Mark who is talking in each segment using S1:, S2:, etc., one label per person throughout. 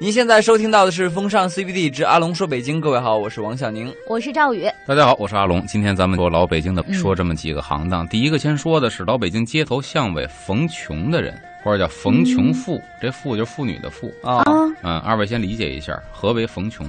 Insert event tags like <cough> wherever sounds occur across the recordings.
S1: 您现在收听到的是《风尚 CBD 之阿龙说北京》，各位好，我是王小宁。
S2: 我是赵宇，
S3: 大家好，我是阿龙。今天咱们说老北京的，说这么几个行当。第一个先说的是老北京街头巷尾逢穷的人，或者叫逢穷妇，这妇就是妇女的妇。
S1: 啊、
S3: 嗯，二位先理解一下，何为逢穷？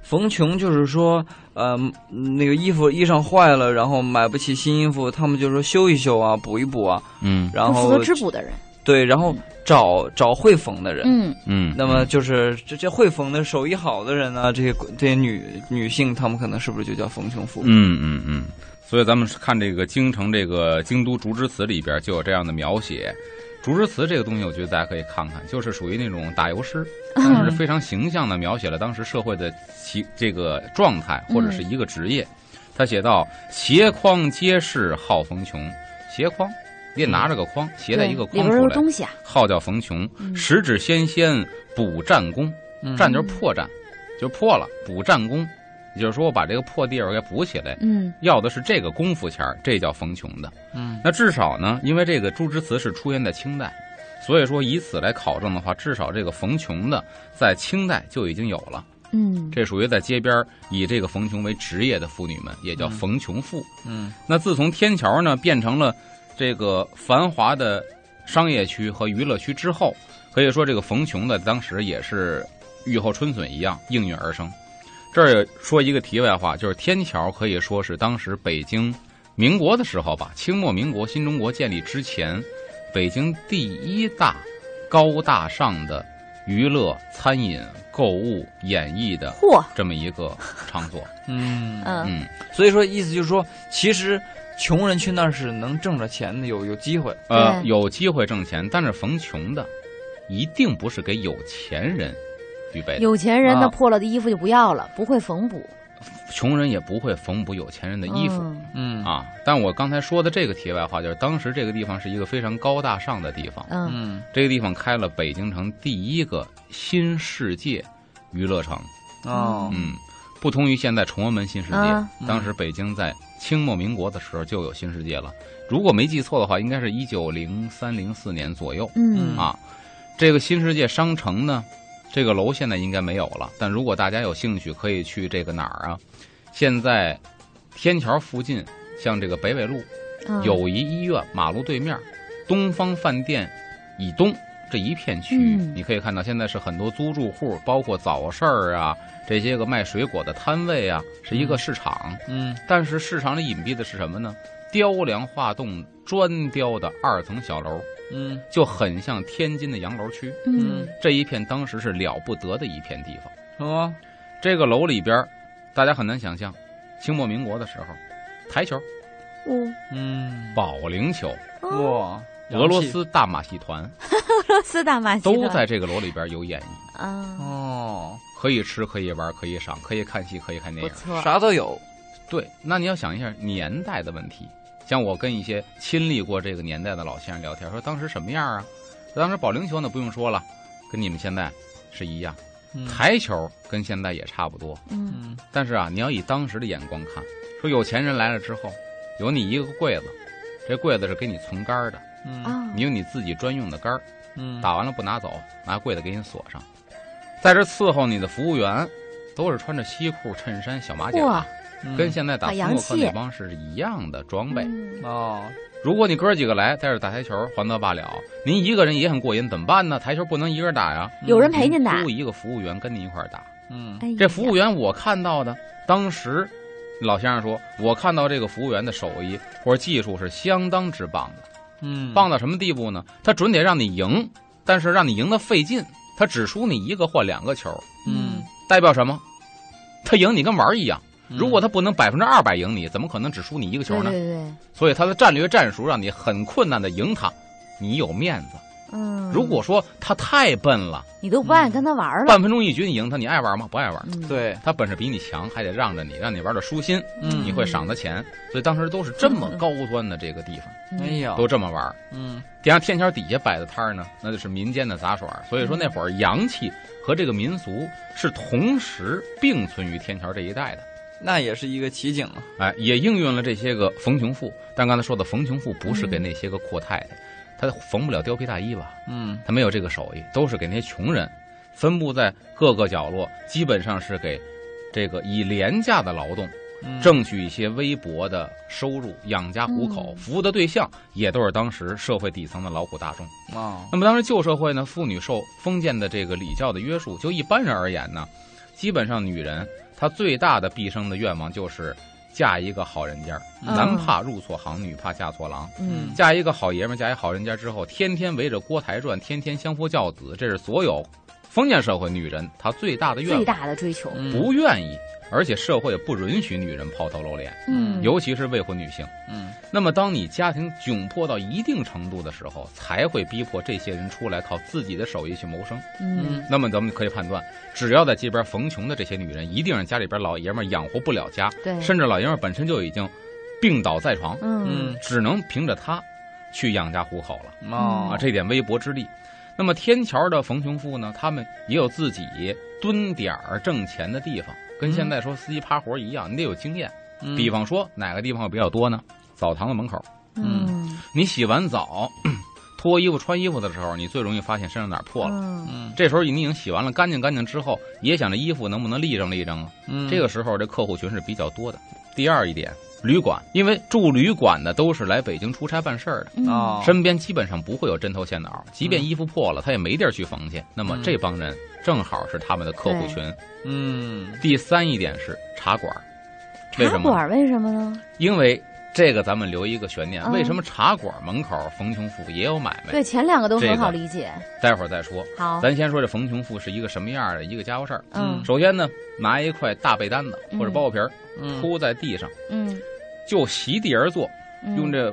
S1: 逢穷就是说，呃，那个衣服衣裳坏了，然后买不起新衣服，他们就说修一修啊，补一补啊，
S3: 嗯
S1: 然
S2: 就负
S1: 后
S2: 责织补的人，
S1: 对，然后找找会缝的人。
S2: 嗯，
S3: 嗯。
S1: 那么就是这这会缝的手艺好的人呢、这些这些女女性，她们可能是不是就叫缝穷妇？
S3: 嗯嗯嗯，所以咱们看这个京城这个京都竹枝词里边就有这样的描写。竹枝词这个东西，我觉得大家可以看看，就是属于那种打油诗，但是非常形象的描写了当时社会的其这个状态或者是一个职业。他写到：“斜筐皆是好逢穷，斜筐，你得拿着个筐，携带
S2: 对，
S3: 一个
S2: 里边
S3: 筐出
S2: 都是
S3: 来，
S2: 东西啊，
S3: 号叫逢穷。十指纤纤补战功，
S1: 嗯
S3: 战就是破绽，就破了，补战功，也就是说我把这个破地儿给补起来。
S2: 嗯，
S3: 要的是这个功夫钱儿，这叫逢穷的。
S1: 嗯，
S3: 那至少呢，因为这个朱之词是出现在清代，所以说以此来考证的话，至少这个逢穷的在清代就已经有了。
S2: 嗯，
S3: 这属于在街边儿以这个逢穷为职业的妇女们，也叫逢穷妇。
S1: 嗯
S3: 那自从天桥呢变成了这个繁华的商业区和娱乐区之后，可以说这个逢穷的当时也是雨后春笋一样应运而生。这儿也说一个题外话，就是天桥可以说是当时北京民国的时候吧，清末民国新中国建立之前，北京第一大高大上的娱乐、餐饮、购物、演艺的
S2: 嚯，
S3: 这么一个场所。
S1: 嗯，
S2: 嗯，
S3: 嗯，
S1: 所以说意思就是说，其实穷人去那儿是能挣着钱的，有有机会。
S3: 呃，
S2: 对
S3: 有机会挣钱，但是逢穷的，一定不是给有钱人预备的。
S2: 有钱人
S1: 啊
S2: 的破了的衣服就不要了，不会缝补
S3: 穷人也不会缝补有钱人的衣服、
S2: 嗯
S1: 嗯
S3: 啊。但我刚才说的这个题外话，就是当时这个地方是一个非常高大上的地方，
S2: 嗯，
S1: 嗯
S3: 这个地方开了北京城第一个新世界娱乐城。
S1: 哦
S3: 嗯，不同于现在崇文门新世界，
S2: 啊
S3: 当时北京在清末民国的时候就有新世界了。如果没记错的话，应该是一九零三零四年左右。
S2: 嗯
S1: 嗯
S3: 啊，这个新世界商城呢，这个楼现在应该没有了。但如果大家有兴趣，可以去这个哪儿啊？现在天桥附近，像这个北纬路、
S2: 嗯，
S3: 友谊医院马路对面，东方饭店以东这一片区域，
S2: 嗯
S3: 你可以看到现在是很多租住户，包括早市儿啊这些个卖水果的摊位啊，是一个市场。
S1: 嗯
S3: 但是市场里隐蔽的是什么呢？雕梁画栋、砖雕的二层小楼。
S1: 嗯
S3: 就很像天津的洋楼区
S2: 嗯
S3: 这一片，当时是了不得的一片地方。
S1: 哦
S3: 这个楼里边儿，大家很难想象，清末民国的时候，台球、
S2: 嗯，
S1: 嗯
S3: 保龄球、
S2: 哦
S1: 哇，
S3: 俄罗
S1: 洋气
S3: 斯大马戏
S1: <laughs>
S3: 团
S2: 俄 <laughs> 罗斯大马戏
S3: 都
S2: 团
S3: 在这个楼里边有演绎，
S2: 啊，
S1: 哦，
S3: 可以吃，可以玩，可以赏，可以看戏，可以看电
S2: 不
S3: 影。
S1: <laughs>
S2: 错，
S1: 啥都有。
S3: 对，那你要想一下年代的问题。像我跟一些亲历过这个年代的老先生聊天，说当时什么样啊？当时保龄球呢不用说了，跟你们现在是一样，
S1: 嗯
S3: 台球跟现在也差不多。
S2: 嗯
S1: 嗯
S3: 但是啊，你要以当时的眼光看，说有钱人来了之后，有你一个柜子，这柜子是给你存杆儿的，
S1: 嗯
S2: 啊
S3: 你，有你自己专用的杆儿，
S1: 嗯
S3: 打完了不拿走，拿柜子给你锁上。在这伺候你的服务员，都是穿着西裤、衬衫、小马甲
S2: 哇，
S1: 嗯
S3: 跟现在打
S2: 好
S3: 扑
S2: 洋
S3: 克和
S2: 气
S3: 那帮是一样的装备。
S2: 嗯
S1: 哦
S3: 如果你哥儿几个来在这打台球，还则罢了，您一个人也很过瘾，怎么办呢？台球不能一个人打呀，
S2: 有人陪您打，
S3: 雇一个服务员跟您一块儿打。
S1: 嗯
S2: 哎呀
S3: 这服务员我看到的，当时老先生说，我看到这个服务员的手艺或者技术是相当之棒的，
S1: 嗯
S3: 棒到什么地步呢？他准得让你赢，但是让你赢得费劲，他只输你一个或两个球，
S1: 嗯，
S3: 代表什么？他赢你跟玩儿一样。
S1: 嗯
S3: 如果他不能百分之二百赢你，怎么可能只输你一个球
S2: 对
S3: 呢
S2: 对？对，
S3: 所以他的战略战术让你很困难的赢他，你有面子。
S2: 嗯，
S3: 如果说他太笨了，
S2: 你都不爱跟他玩儿了，
S3: 半分钟一局你赢他，你爱玩吗？不爱玩。
S2: 嗯，
S1: 对
S3: 他本事比你强，还得让着你，让你玩的舒心，
S1: 嗯
S3: 你会赏他钱。所以当时都是这么高端的这个地方，
S2: 嗯
S1: 哎呀
S3: 都这么玩。
S1: 嗯
S3: 底下天桥底下摆的摊儿呢，那就是民间的杂耍儿。所以说那会儿洋气和这个民俗是同时并存于天桥这一带的。
S1: 那也是一个奇景了。
S3: 哎，也应用了这些个缝穷妇。但刚才说的缝穷妇不是给那些个阔太太，她缝不了貂皮大衣吧？
S1: 嗯
S3: 她没有这个手艺，都是给那些穷人。分布在各个角落，基本上是给这个以廉价的劳动
S1: 嗯
S3: 挣取一些微薄的收入养家糊口，
S2: 嗯
S3: 服务的对象也都是当时社会底层的劳苦大众。
S1: 啊，
S3: 嗯那么当时旧社会呢，妇女受封建的这个礼教的约束，就一般人而言呢，基本上女人她最大的毕生的愿望就是嫁一个好人家儿，
S2: 嗯
S3: 男怕入错行，女怕嫁错郎。
S2: 嗯
S3: 嫁一个好爷们儿，嫁一好人家之后，天天围着锅台转，天天相夫教子，这是所有封建社会女人她最大的
S2: 最
S3: 愿望。
S2: 大的追求，
S1: 嗯
S3: 不愿意，而且社会不允许女人抛头露脸，
S1: 嗯
S3: 尤其是未婚女性。
S1: 嗯
S3: 那么，当你家庭窘迫到一定程度的时候，才会逼迫这些人出来靠自己的手艺去谋生。
S2: 嗯
S3: 那么，咱们可以判断，只要在这边逢穷的这些女人，一定是家里边老爷们儿养活不了家，
S2: 对，
S3: 甚至老爷们儿本身就已经病倒在床，
S2: 嗯
S1: 嗯
S3: 只能凭着他去养家糊口了啊，
S1: 啊，
S3: 这点微薄之力。那么，天桥的逢穷妇呢，他们也有自己蹲点儿挣钱的地方，跟现在说司机趴活一样，你得有经验。
S1: 嗯
S3: 比方说，哪个地方比较多呢？澡堂子门口。
S2: 嗯，
S3: 你洗完澡、 <clears throat> 脱衣服、穿衣服的时候，你最容易发现身上哪儿破了。
S2: 了，
S1: 嗯
S3: 这时候你已经洗完了，干净干净之后，也想着衣服能不能立正立正啊？
S1: 嗯，
S3: 这个时候这客户群是比较多的。第二一点，旅馆，因为住旅馆的都是来北京出差办事儿的，
S2: 嗯
S1: 啊
S3: 身边基本上不会有针头线脑，即便衣服破了，他也没地儿去缝去。那么
S1: 嗯
S3: 这帮人正好是他们的客户群。
S1: 嗯
S3: 第三一点是茶馆儿，为什
S2: 茶
S3: 么
S2: 馆？儿为什么呢？
S3: 因为这个咱们留一个悬念，
S2: 嗯
S3: 为什么茶馆门口冯穷富也有买卖？
S2: 对，前两个都
S3: 这
S2: 很
S3: 个
S2: 好理解。
S3: 待会儿再说。
S2: 好，
S3: 咱先说这冯穷富是一个什么样的一个家伙事儿。
S2: 嗯
S3: 首先呢，拿一块大被单子
S2: 嗯
S3: 或者包袱皮儿
S1: 嗯
S3: 铺在地上，
S2: 嗯，
S3: 就席地而坐，
S2: 嗯
S3: 用这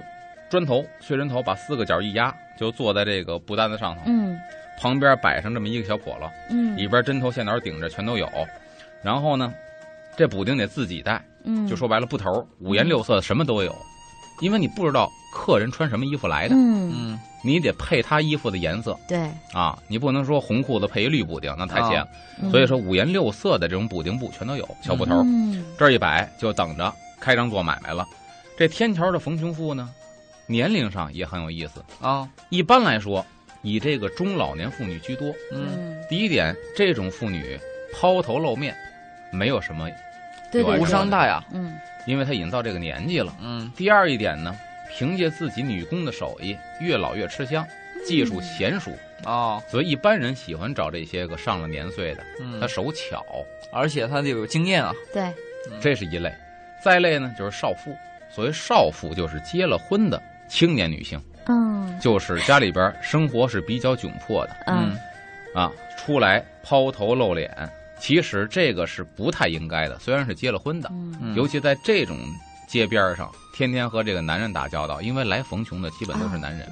S3: 砖头、碎人头把四个角一压，就坐在这个布单子上头。
S2: 嗯
S3: 旁边摆上这么一个小笸箩，
S2: 嗯
S3: 里边针头线脑顶着全都有。然后呢，这补丁得自己带，
S2: 嗯，
S3: 就说白了布头，五颜六色什么都有，因为你不知道客人穿什么衣服来的。
S2: 嗯，
S1: 嗯
S3: 你得配他衣服的颜色
S2: 对，
S3: 啊，你不能说红裤子配一绿补丁，那太邪了。
S2: 嗯
S3: 所以说五颜六色的这种补丁布全都有，小布头、
S2: 嗯
S3: 这儿一摆就等着开张做买卖了。这天桥的冯穷富呢，年龄上也很有意思。
S1: 啊
S3: 一般来说，以这个中老年妇女居多。
S1: 嗯
S2: 嗯，
S3: 第一点，这种妇女抛头露面，没有什么，
S2: 对对，
S3: 有
S1: 无
S2: 对
S1: 伤大雅，
S2: 嗯
S3: 因为她已经到这个年纪了。
S1: 嗯
S3: 第二一点呢，凭借自己女工的手艺，越老越吃香，技术娴熟。
S1: 啊
S3: 所以一般人喜欢找这些个上了年岁的，
S1: 嗯
S3: 他，手巧，
S1: 而且他得有经验啊，
S2: 对，
S3: 这是一类；再一类呢，就是少妇。所谓少妇，就是结了婚的青年女性，
S2: 嗯
S3: 就是家里边生活是比较窘迫的
S2: 嗯
S3: 啊，出来抛头露脸，其实这个是不太应该的。虽然是结了婚的，
S2: 嗯，
S1: 嗯
S3: 尤其在这种街边上，天天和这个男人打交道，因为来逢穷的基本都是男人，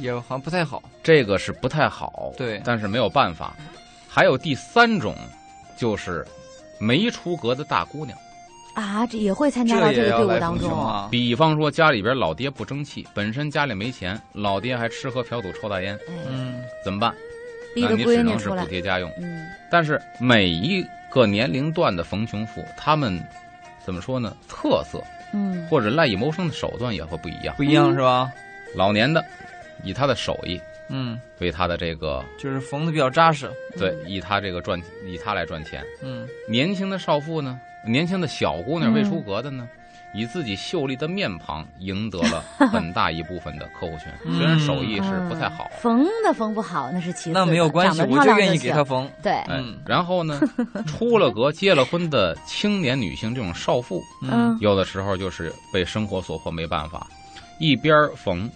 S1: 也好像不太好，
S3: 这个是不太好。
S1: 对
S3: 但是没有办法。还有第三种，就是没出格的大姑娘，
S2: 啊，这也会参加到
S1: 这
S2: 这
S1: 也
S2: 个
S1: 要
S2: 队伍
S1: 来
S2: 当
S1: 风
S2: 中
S1: 穷。啊，
S3: 比方说家里边老爹不争气，本身家里没钱，老爹还吃喝嫖赌抽大烟，
S2: 哎，
S1: 嗯
S3: 怎么办？
S2: 逼
S3: 啊
S2: 着
S3: 那你只
S2: 闺
S3: 能
S2: 女
S3: 是
S2: 出
S3: 补
S2: 来，
S3: 贴家用。
S2: 嗯
S3: 但是每一个年龄段的逢穷妇，他们怎么说呢？特色
S2: 嗯
S3: 或者赖以谋生的手段也会不一样。
S1: 不一样是吧？
S3: 老年的以他的手艺
S1: 嗯，
S3: 为他的这个
S1: 就是缝的比较扎实，
S3: 对，以他这个赚以他来赚钱。
S1: 嗯。
S3: 年轻的少妇呢，年轻的小姑娘
S2: 嗯
S3: 未出阁的呢，以自己秀丽的面庞赢得了很大一部分的客户群
S1: 嗯
S3: 虽然手艺是不太好，
S2: 缝啊的缝不好那是其次的，
S1: 那没有关系，
S2: 长得
S1: 我
S2: 漂
S1: 就
S2: 亮
S1: 愿意给
S2: 行
S1: 他。缝，
S2: 对，
S3: 哎
S1: 嗯，
S3: 然
S1: <laughs>
S3: 后呢，出了阁、结了婚的青年女性这种少妇，
S1: 嗯
S3: 有的时候就是被生活所迫没办法，一边缝，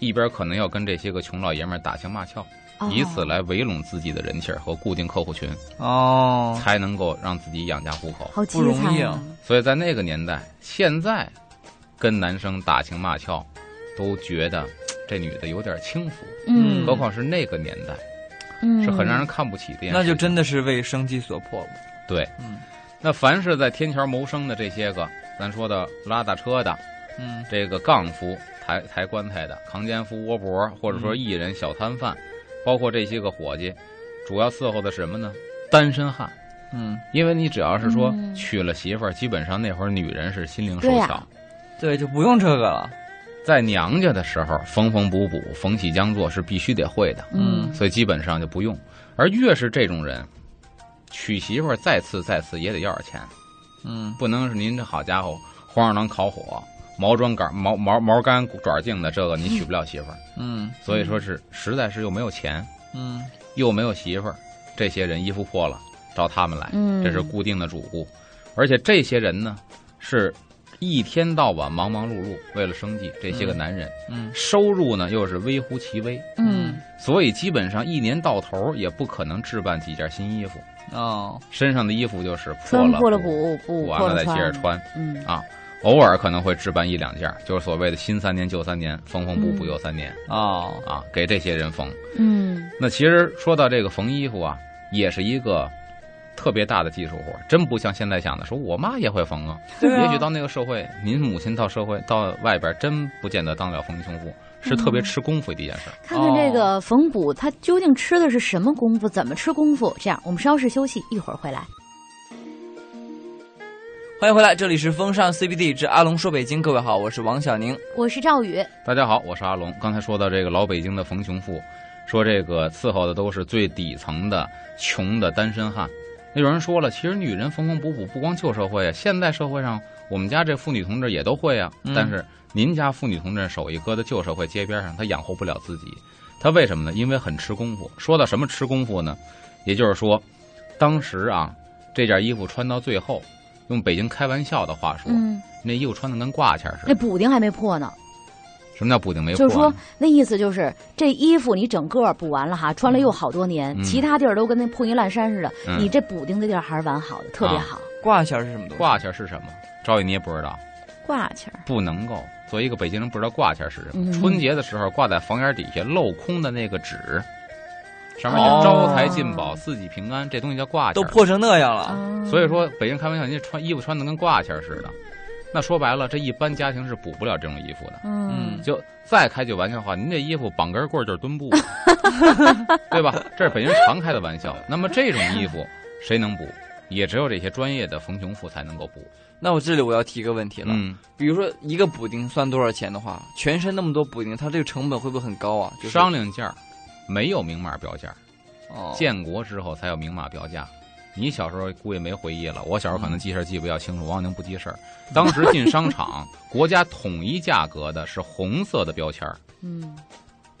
S3: 一边可能要跟这些个穷老爷们儿打情骂俏，
S2: 哦
S3: 嗯以此来围拢自己的人气儿和固定客户群，
S1: 哦，
S3: 才能够让自己养家糊口。
S2: 好
S1: 不容
S2: 凄惨
S1: 易
S2: 呀
S1: 啊
S3: 所以在那个年代，现在跟男生打情骂俏，都觉得嘖这女的有点轻浮，
S2: 嗯
S3: 何况是那个年代，
S2: 嗯，
S3: 是很让人看不起的一件事。
S1: 那就真的是为生计所迫了，
S3: 对。
S1: 嗯
S3: 那凡是在天桥谋生的这些个，咱说的拉大车的、
S1: 嗯
S3: 这个杠夫、抬抬棺材的、扛肩夫、窝脖，或者说艺人、小摊贩，包括这些个伙计，主要伺候的什么呢？单身汉。
S1: 嗯，
S3: 因为你只要是说
S2: 嗯
S3: 娶了媳妇儿，基本上那会儿女人是心灵手
S2: 对呀
S3: 巧，
S1: 对，就不用这个了，
S3: 在娘家的时候，缝缝补补、缝起浆做是必须得会的，
S2: 嗯
S3: 所以基本上就不用。而越是这种人，娶媳妇儿再次再次也得要点钱，
S1: 嗯
S3: 不能是您这好家伙，黄鼠狼烤火，毛砖杆毛毛毛干爪净的这个你娶不了媳妇儿。
S1: 嗯
S3: 所以说是实在是又没有钱，
S1: 嗯
S3: 又没有媳妇儿，这些人衣服破了找他们来，
S2: 嗯
S3: 这是固定的主顾。而且这些人呢，是一天到晚忙忙碌碌，为了生计，这些个男人、
S1: 嗯
S3: 收入呢又是微乎其微，
S2: 嗯
S3: 所以基本上一年到头也不可能置办几件新衣服，
S1: 哦
S3: 身上的衣服就是破
S2: 穿
S3: 了
S2: 破了
S3: 补，
S2: 补，补
S3: 补
S2: 破
S3: 完了
S2: 了
S3: 再接着
S2: 穿，
S3: 穿。
S2: 嗯
S3: 啊，偶尔可能会置办一两件儿，就是所谓的新三年旧三年，缝缝补补
S2: 嗯
S3: 又三年、
S1: 哦
S3: 啊，给这些人缝。
S2: <laughs> 嗯
S3: 那其实说到这个缝衣服啊，也是一个特别大的技术活儿，真不像现在想的，说我妈也会缝啊。
S1: 对啊
S3: 也许到那个社会，您母亲到社会到外边儿，真不见得当得了缝衣胸腹，
S2: 嗯
S3: 是特别吃功夫的一件事儿。
S2: 看看这
S3: 哦
S2: 个缝补，他究竟吃的是什么功夫，怎么吃功夫？这样，我们稍事休息，一会儿回来。
S1: 欢迎回来，这里是风尚 CBD 之阿龙说北京，各位好，我是王小宁。
S2: 我是赵宇，
S3: 大家好，我是阿龙。刚才说到这个老北京的缝穷妇，说这个伺候的都是最底层的穷的单身汉。那有人说了，其实女人缝缝补补不光旧社会啊，现在社会上我们家这妇女同志也都会啊。
S1: 嗯
S3: 但是啊您家妇女同志手艺搁在旧社会街边上，她养活不了自己，她为什么呢？因为很吃功夫。说到什么吃功夫呢？也就是说，当时啊，这件衣服穿到最后，用北京开玩笑的话说，
S2: 嗯，
S3: 那衣服穿的跟挂件儿似
S2: 那
S3: 的。
S2: 补丁还没破呢，
S3: 什么叫补丁没破
S2: 就
S3: 呢？
S2: 是说那意思就是这衣服你整个补完了哈，穿了又好多年，
S3: 嗯
S2: 其他地儿都跟那破衣烂衫似的，
S3: 嗯
S2: 你这补丁的地儿还是完好的，特别
S3: 啊
S2: 好。
S1: 挂弦是什么东西？
S3: 挂钱是什么？赵宇你也不知道，
S2: 挂钱儿，
S3: 不能够作为一个北京人不知道挂钱是什么。
S2: 嗯
S3: 春节的时候挂在房檐底下镂空的那个纸，上面
S1: 哦
S3: 写“招财进宝，四季平安”，这东西叫挂钱。
S1: 都。破成那样了，
S2: 啊
S3: 所以说，北京开玩笑，人家穿衣服穿的跟挂钱似的。那说白了，这一般家庭是补不了这种衣服的。
S2: 嗯
S3: 就再开句玩笑话，您这衣服绑根棍儿就是墩布，啊
S1: <laughs>
S3: 对吧？这是北京常开的玩笑。那么这种衣服谁能补？也只有这些专业的缝穷妇才能够补。
S1: 那我这里我要提一个问题了，
S3: 嗯，
S1: 比如说一个补丁算多少钱的话，全身那么多补丁，它这个成本会不会很高啊？就是
S3: 商量价儿没有明码标价儿，
S1: 哦，
S3: 建国之后才有明码标价。你小时候估计没回忆了，我小时候可能记事儿记不要清楚，王宁不记事儿。当时进商场， <laughs> 国家统一价格的是红色的标签儿，
S2: 嗯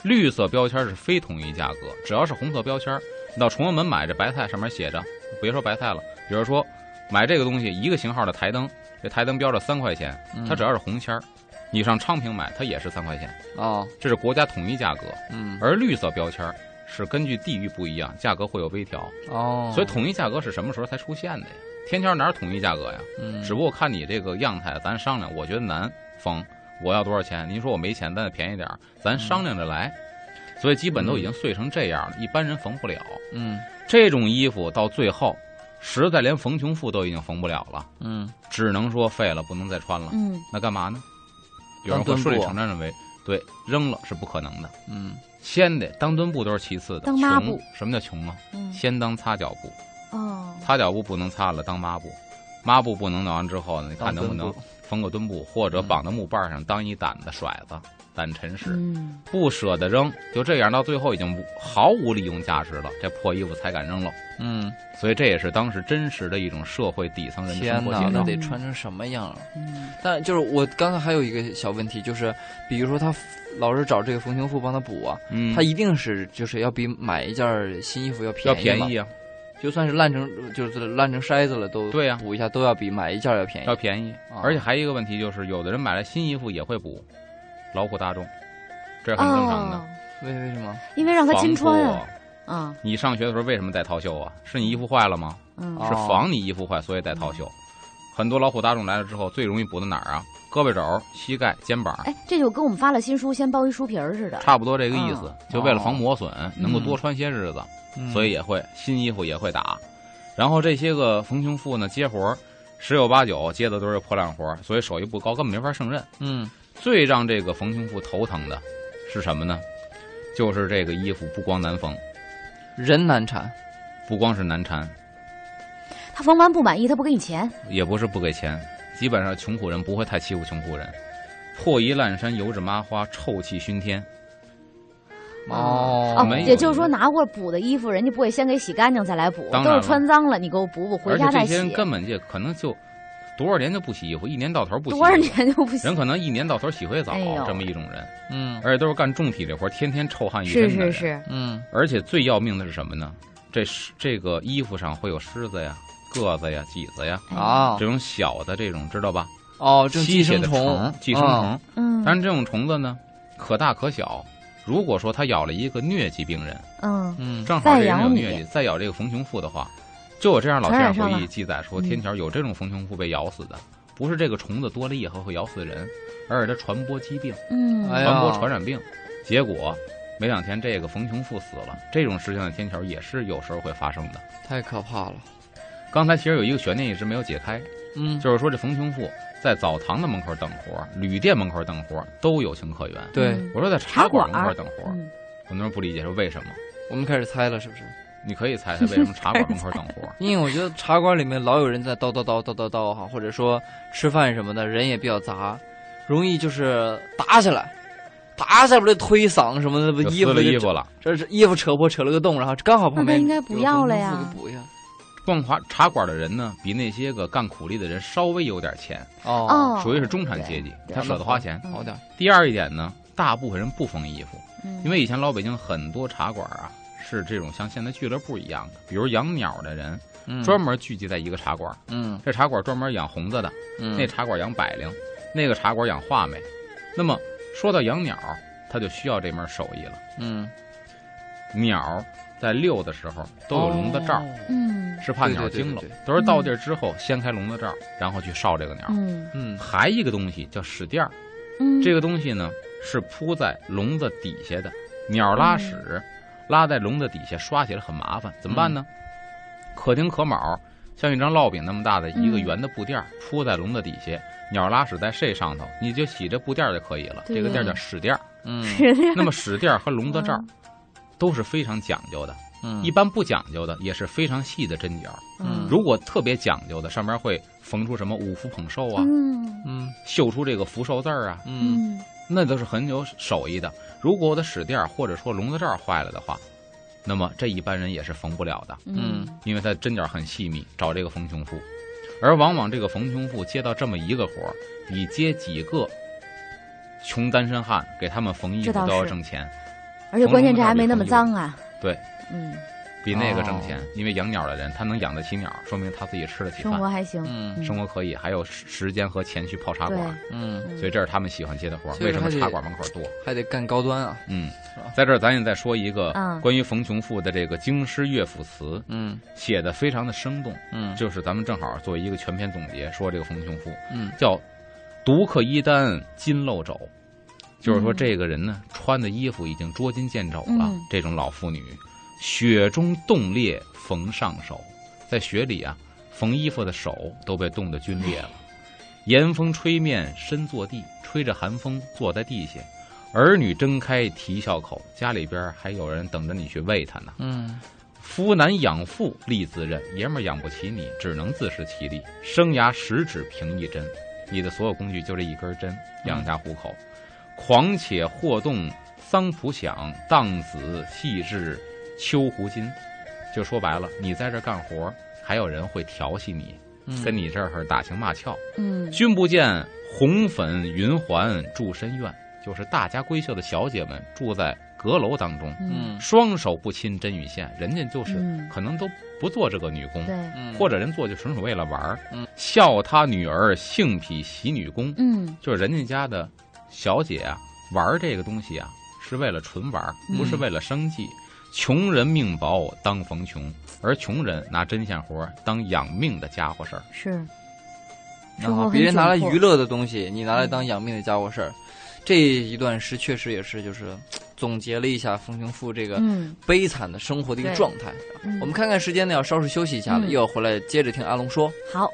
S3: 绿色标签儿是非统一价格。只要是红色标签儿，你到崇文门买这白菜，上面写着，别说白菜了，比如说买这个东西一个型号的台灯，这台灯标着三块钱，
S1: 嗯
S3: 它只要是红签儿，你上昌平买它也是三块钱，
S1: 哦，
S3: 这是国家统一价格。
S1: 嗯
S3: 而绿色标签儿是根据地域不一样，价格会有微调。
S1: 哦，
S3: 所以统一价格是什么时候才出现的呀？天桥哪有统一价格呀？
S1: 嗯
S3: 只不过看你这个样态，咱商量。我觉得难，方我要多少钱？您说我没钱，咱便宜点儿，咱商量着来。所以基本都已经碎成这样了，一般人缝不了
S1: 嗯
S3: 这种衣服，到最后实在连缝穷妇都已经缝不了了，
S1: 嗯
S3: 只能说废了，不能再穿了。
S2: 嗯
S3: 那干嘛呢？有人会
S1: 当墩布
S3: 顺理成章认为，对，扔了是不可能的。
S1: 嗯
S3: 先得当墩布都是其次的，
S2: 当抹
S3: 穷
S2: 布
S3: 什么叫穷啊？
S2: 嗯
S3: 先当擦脚布，
S2: 哦
S3: 擦脚布不能擦了，当抹布，抹布不能弄完之后呢，你看能不
S1: 当墩
S3: 能
S1: 布
S3: 缝个墩布，或者绑到木棒上当一掸子甩子，掸尘石。
S2: 嗯
S3: 不舍得扔，就这样到最后已经无毫无利用价值了，这破衣服才敢扔了。
S1: 嗯，
S3: 所以这也是当时真实的一种社会底层人的
S1: 天
S3: 生活
S1: 哪，
S3: 写
S1: 那
S3: 照。
S1: 得穿成什么样啊？
S2: 嗯
S1: 但就是我刚才还有一个小问题，就是比如说他老是找这个冯情妇帮他补啊，
S3: 嗯
S1: 他，一定是就是要比买一件新衣服要便宜
S3: 要
S1: 嘛
S3: 便宜啊，
S1: 就算是烂成就是烂成筛子了都
S3: 对呀
S1: 补一下都要比买一件要便宜
S3: 要便宜
S1: 啊。
S3: 而且还有一个问题就是，有的人买了新衣服也会补，劳苦大众，这很正常的。
S2: 哦
S1: 为为什么？
S2: 因为让他
S3: 防
S2: 金穿
S3: 护
S2: 啊啊
S3: 你上学的时候为什么戴套袖啊？是你衣服坏了吗？
S2: 嗯
S1: 哦
S3: 是防你衣服坏，所以戴套袖。很多老虎大众来了之后，最容易补的哪儿啊？胳膊肘、膝盖、肩膀，
S2: 哎，这就跟我们发了新书先包一书皮儿似的。
S3: 差不多这个意思
S2: 哦。
S3: 就为了防磨损，能够多穿些日子，所以
S1: 嗯
S3: 也会新衣服也会打。然后这些个缝穷妇呢，接活儿十有八九接的都是破烂活儿，所以手艺不高，根本没法胜任。
S1: 嗯
S3: 最让这个缝穷妇头疼的是什么呢？就是这个衣服不光难缝，
S1: 人难缠，
S3: 不光是难缠，
S2: 他缝完不满意，他不给你钱。
S3: 也不是不给钱，基本上穷苦人不会太欺负穷苦人。破衣烂衫，油纸麻花，臭气熏天。
S1: 哦
S2: 哦，
S3: 没有
S2: 也就是说，拿过补的衣服，人家不会先给洗干净再来补，
S3: 当然
S2: 都
S3: 了
S2: 是穿脏了，你给我补补，回
S3: 而且
S2: 家
S3: 这
S2: 再
S3: 些
S2: 洗
S3: 人。根本就可能就多少年就不洗衣服，一年到头不洗衣服
S2: 多少年就不洗
S3: 人？可能一年到头洗回澡、
S2: 哎呦
S3: 这么一种人，
S1: 嗯
S3: 而且都是干重体力活，天天臭汗一身
S2: 是
S3: 的人。
S2: 是是，
S1: 嗯
S3: 而且最要命的是什么呢？这是这个衣服上会有虱子呀、个子呀、几子呀，
S2: 哎，
S1: 啊
S3: 这种小的这种知道吧？
S1: 哦，这
S3: 吸
S1: 寄
S3: 血
S1: 生
S3: 的
S1: 虫，哦
S3: 寄生虫。
S2: 嗯
S3: 但是这种虫子呢，可大可小。如果说它咬了一个疟疾病人，
S2: 嗯，
S1: 嗯，嗯，
S3: 正好这人
S2: 再
S3: 有
S2: 咬你
S3: 疟疾，再咬这个冯穷富的话，就有这样老先生回忆记载说，
S2: 传染上了
S3: 天桥有这种冯穷富被咬死的，不是这个虫子多了以后会咬死人，而是它传播疾病。
S2: 嗯，
S1: 哎呀
S3: 传播传染病，结果没两天这个冯穷富死了。这种事情在天桥也是有时候会发生的。
S1: 太可怕了。
S3: 刚才其实有一个悬念一直没有解开，
S1: 嗯，
S3: 就是说这冯穷富在澡堂子门口等活、旅店门口等活都有情可原。
S1: 对
S2: 嗯
S3: 我说在茶馆门
S2: 茶
S3: 口
S2: 馆
S3: 等活，
S2: 嗯
S3: 很多人不理解说为什么？
S1: 我们开始猜了，是不是？
S3: 你可
S1: <laughs>
S3: 以猜猜为什么茶馆门口等活？
S1: 因为我觉得茶馆里面老有人在叨叨叨叨叨叨哈，或者说吃饭什么的，人也比较杂，容易就是打起来，打起来不就推搡什么的，不
S3: 就
S1: 衣服
S3: 撕了
S1: 就
S3: 衣服了。
S1: 这是衣服扯破扯了个洞，然后刚好旁边
S2: 那他应该不要了呀
S1: 有个缝缝给补一下。
S3: 逛茶茶馆的人呢，比那些个干苦力的人稍微有点钱，
S1: 哦，
S2: 哦，
S3: 属于是中产阶级，
S2: 对
S3: 他舍得花钱。
S2: 嗯
S1: 好点儿。
S3: 第二一点呢，大部分人不缝衣服。
S2: 嗯，
S3: 因为以前老北京很多茶馆啊，是这种像现在俱乐部一样的，比如养鸟的人
S1: 嗯
S3: 专门聚集在一个茶馆，
S1: 嗯
S3: 这茶馆专门养红子的，
S1: 嗯，
S3: 那茶馆养百灵，那个茶馆养画眉。那么说到养鸟，它就需要这门手艺了。
S1: 嗯
S3: 鸟在遛的时候都有笼子罩，
S1: 哦
S2: 嗯
S3: 是怕鸟惊了
S1: 对对对对，
S3: 都是到地儿之后掀开笼子罩，然后去烧这个鸟。
S2: 嗯
S1: 嗯
S3: 还一个东西叫屎垫儿，
S2: 嗯，
S3: 这个东西呢是铺在笼子底下的，鸟拉
S2: 嗯
S3: 屎拉在笼子底下刷起来很麻烦，怎么办呢？可丁可卯，像一张烙饼那么大的一个
S2: 嗯
S3: 圆的布垫儿铺在笼子底下，鸟拉屎在这上头，你就洗这布垫儿就可以了。
S2: 对
S3: 这个垫儿叫屎垫儿。
S1: 嗯
S2: 是的呀，
S3: 那么屎垫儿和笼子罩儿
S2: 嗯
S3: 都是非常讲究的，
S1: 嗯
S3: 一般不讲究的也是非常细的针脚儿。
S2: 嗯
S3: 如果特别讲究的，上面会缝出什么五福捧寿啊，
S2: 嗯
S1: 嗯
S3: 绣出这个福寿字儿啊，
S1: 嗯
S2: 嗯
S3: 那都是很有手艺的。如果我的屎垫儿或者说笼子罩儿坏了的话，那么这一般人也是缝不了的，
S2: 嗯
S3: 因为它针脚很细密，找这个缝穷妇。而往往这个缝穷妇接到这么一个活儿，比接几个穷单身汉给他们缝衣
S2: 这
S3: 服
S2: 倒
S3: 都要
S2: 是
S3: 挣钱，
S2: 而且关键这还没那么脏啊。
S3: 对，
S2: 嗯，
S3: 比那个挣
S1: 哦
S3: 钱。因为养鸟的人他能养得起鸟，说明他自己吃得起
S2: 生活
S3: 饭，
S2: 还行。
S1: 嗯
S2: 嗯
S3: 生活可以，还有时时间和钱去泡茶
S2: 对，
S3: 馆。
S1: 嗯，
S2: 嗯
S3: 所以这是他们喜欢接的活儿。
S1: 所以
S3: 为什么
S1: 还得
S3: 茶馆门口多？
S1: 还得干高端啊。
S3: 嗯
S1: 吧，
S3: 在这儿咱也再说一个
S2: 嗯
S3: 关于冯穷富的这个京师乐府词，
S1: 嗯
S3: 写的非常的生动。
S1: 嗯
S3: 就是咱们正好做一个全篇总结，说这个冯穷富
S1: 嗯
S3: 叫“独克衣单金漏肘”，就是说
S2: 嗯
S3: 这个人呢穿的衣服已经捉襟见肘了
S2: 嗯。
S3: 这种老妇女，雪中冻裂缝上手，在雪里啊缝衣服的手都被冻得皲裂了。严风吹面身坐地，吹着寒风坐在地下。儿女睁开啼笑口，家里边还有人等着你去喂他呢。
S1: 嗯
S3: 夫难养父力自认，爷们儿养不起你，只能自食其力。生涯十指平一针，你的所有工具就这一根针，养家糊口。狂且或动桑浦响，荡子细致秋胡金。就说白了，你在这儿干活，还有人会调戏你，
S1: 嗯，
S3: 跟你这儿打情骂俏。
S2: 嗯
S3: 君不见红粉云环住深院，就是大家闺秀的小姐们住在阁楼当中。
S2: 嗯
S1: 嗯
S3: 双手不亲针与线，人家就是、
S2: 嗯
S3: 可能都不做这个女工，
S2: 对，
S1: 嗯
S3: 或者人做就纯属为了玩儿。
S1: 嗯
S3: 笑他女儿性癖喜女工，
S2: 嗯
S3: 就是人家家的小姐啊，玩儿这个东西啊，是为了纯玩儿，
S2: 嗯
S3: 不是为了生计。穷人命薄当逢穷，而穷人拿针线活儿当养命的家伙事儿。
S2: 是，生活
S1: 啊，
S2: 很
S1: 别人拿来
S2: 窘迫
S1: 娱乐的东西，你拿来当养命的家伙事儿。这一段诗确实也是，就是嘖总结了一下冯穷富这个
S2: 嗯
S1: 悲惨的生活的一个
S2: 对
S1: 状态。
S2: 嗯，
S1: 我们看看时间呢，要稍事休息一下了，
S2: 嗯
S1: 一会儿回来接着听阿龙说。
S2: 好，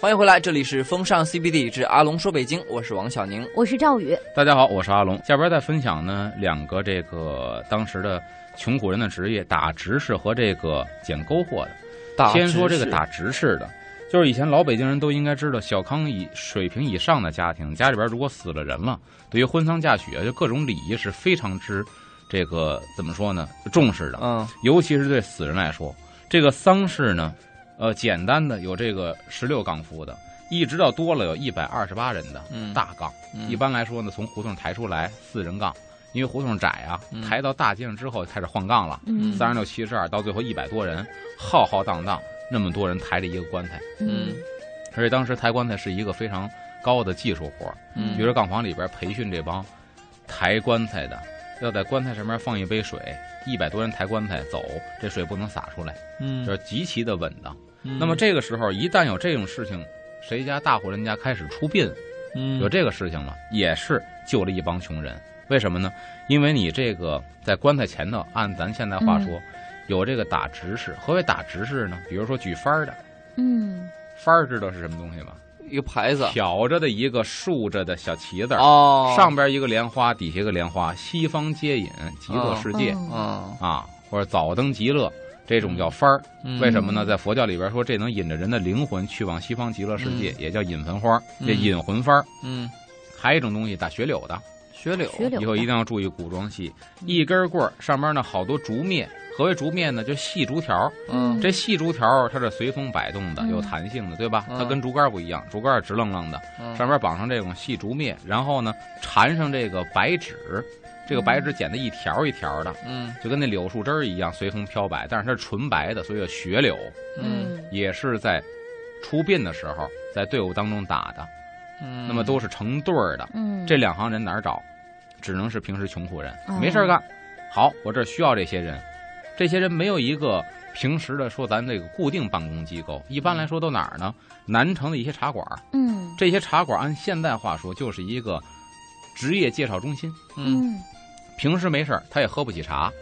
S1: 欢迎回来，这里是风尚 CBD 之阿龙说北京，我是王小宁。
S2: 我是赵宇，
S3: 大家好，我是阿龙。下边再分享呢两个这个当时的穷苦人的职业，打执事和这个捡篝火的。
S1: 大
S3: 先说这个
S1: 直视，
S3: 打直视的，就是以前老北京人都应该知道，小康以水平以上的家庭，家里边如果死了人了，对于婚丧嫁娶啊，就各种礼仪是非常之这个怎么说呢？重视的，
S1: 嗯
S3: 尤其是对死人来说，这个丧事呢，呃，简单的有这个十六杠夫的，一直到多了有一百二十八人的
S1: 嗯，
S3: 大杠。
S1: 嗯
S3: 一般来说呢，从胡同抬出来四人杠，因为胡同窄啊，
S1: 嗯
S3: 抬到大街上之后开始换杠了，
S2: 嗯，
S3: 三十六、七十二，到最后一百多人，浩浩荡荡，那么多人抬着一个棺材，
S1: 嗯
S3: 而且当时抬棺材是一个非常高的技术活儿，
S1: 嗯，
S3: 比如说杠房里边培训这帮抬棺材的，要在棺材上面放一杯水，一百多人抬棺材走，这水不能洒出来，
S1: 嗯，
S3: 就是极其的稳当。
S1: 嗯
S3: 那么这个时候，一旦有这种事情，谁家大户人家开始出殡，
S1: 嗯
S3: 有这个事情了，也是救了一帮穷人。为什么呢？因为你这个在棺材前头，按咱现在话说，
S1: 嗯
S3: 有这个打执事。何谓打执事呢？比如说举幡儿的，
S2: 嗯
S3: 幡儿知道是什么东西吗？
S1: 一个牌子
S3: 挑着的一个竖着的小旗子儿，
S1: 哦，
S3: 上边一个莲花，底下一个莲花，西方接引极乐世界、
S2: 嗯
S1: 哦嗯
S3: 啊，或者早登极乐，这种叫幡儿。
S1: 嗯
S3: 为什么呢？在佛教里边说，这能引着人的灵魂去往西方极乐世界，也叫引魂花儿，
S1: 嗯
S3: 这引魂幡儿。
S1: 嗯
S3: 还有一种东西，打雪柳的，
S1: 雪柳
S2: 雪柳
S3: 嗯以后一定要注意古装戏，
S1: 嗯
S3: 一根棍儿上边呢好多竹篾。何谓竹篾呢？就细竹条儿。
S1: 嗯
S3: 这细竹条儿它是随风摆动的，
S2: 嗯
S3: 有弹性的，对吧？
S1: 嗯
S3: 它跟竹竿儿不一样，竹竿儿直愣愣的，
S1: 嗯
S3: 上面绑上这种细竹篾，然后呢缠上这个白纸，这个白纸剪的一条一条的，
S1: 嗯
S3: 就跟那柳树枝儿一样随风飘摆，但是它是纯白的，所以叫雪柳，
S1: 嗯
S3: 也是在出殡的时候在队伍当中打的，
S1: 嗯，
S3: 那么都是成对儿的。
S2: 嗯，
S3: 这两行人哪儿找？只能是平时穷苦人
S2: 哦，
S3: 没事儿干。好，我这儿需要这些人，这些人没有一个平时的说咱这个固定办公机构，一般来说都哪儿呢？南城的一些茶馆儿，
S2: 嗯
S3: 这些茶馆儿按现代话说就是一个职业介绍中心。
S1: 嗯
S2: 嗯
S3: 平时没事儿他也喝不起茶，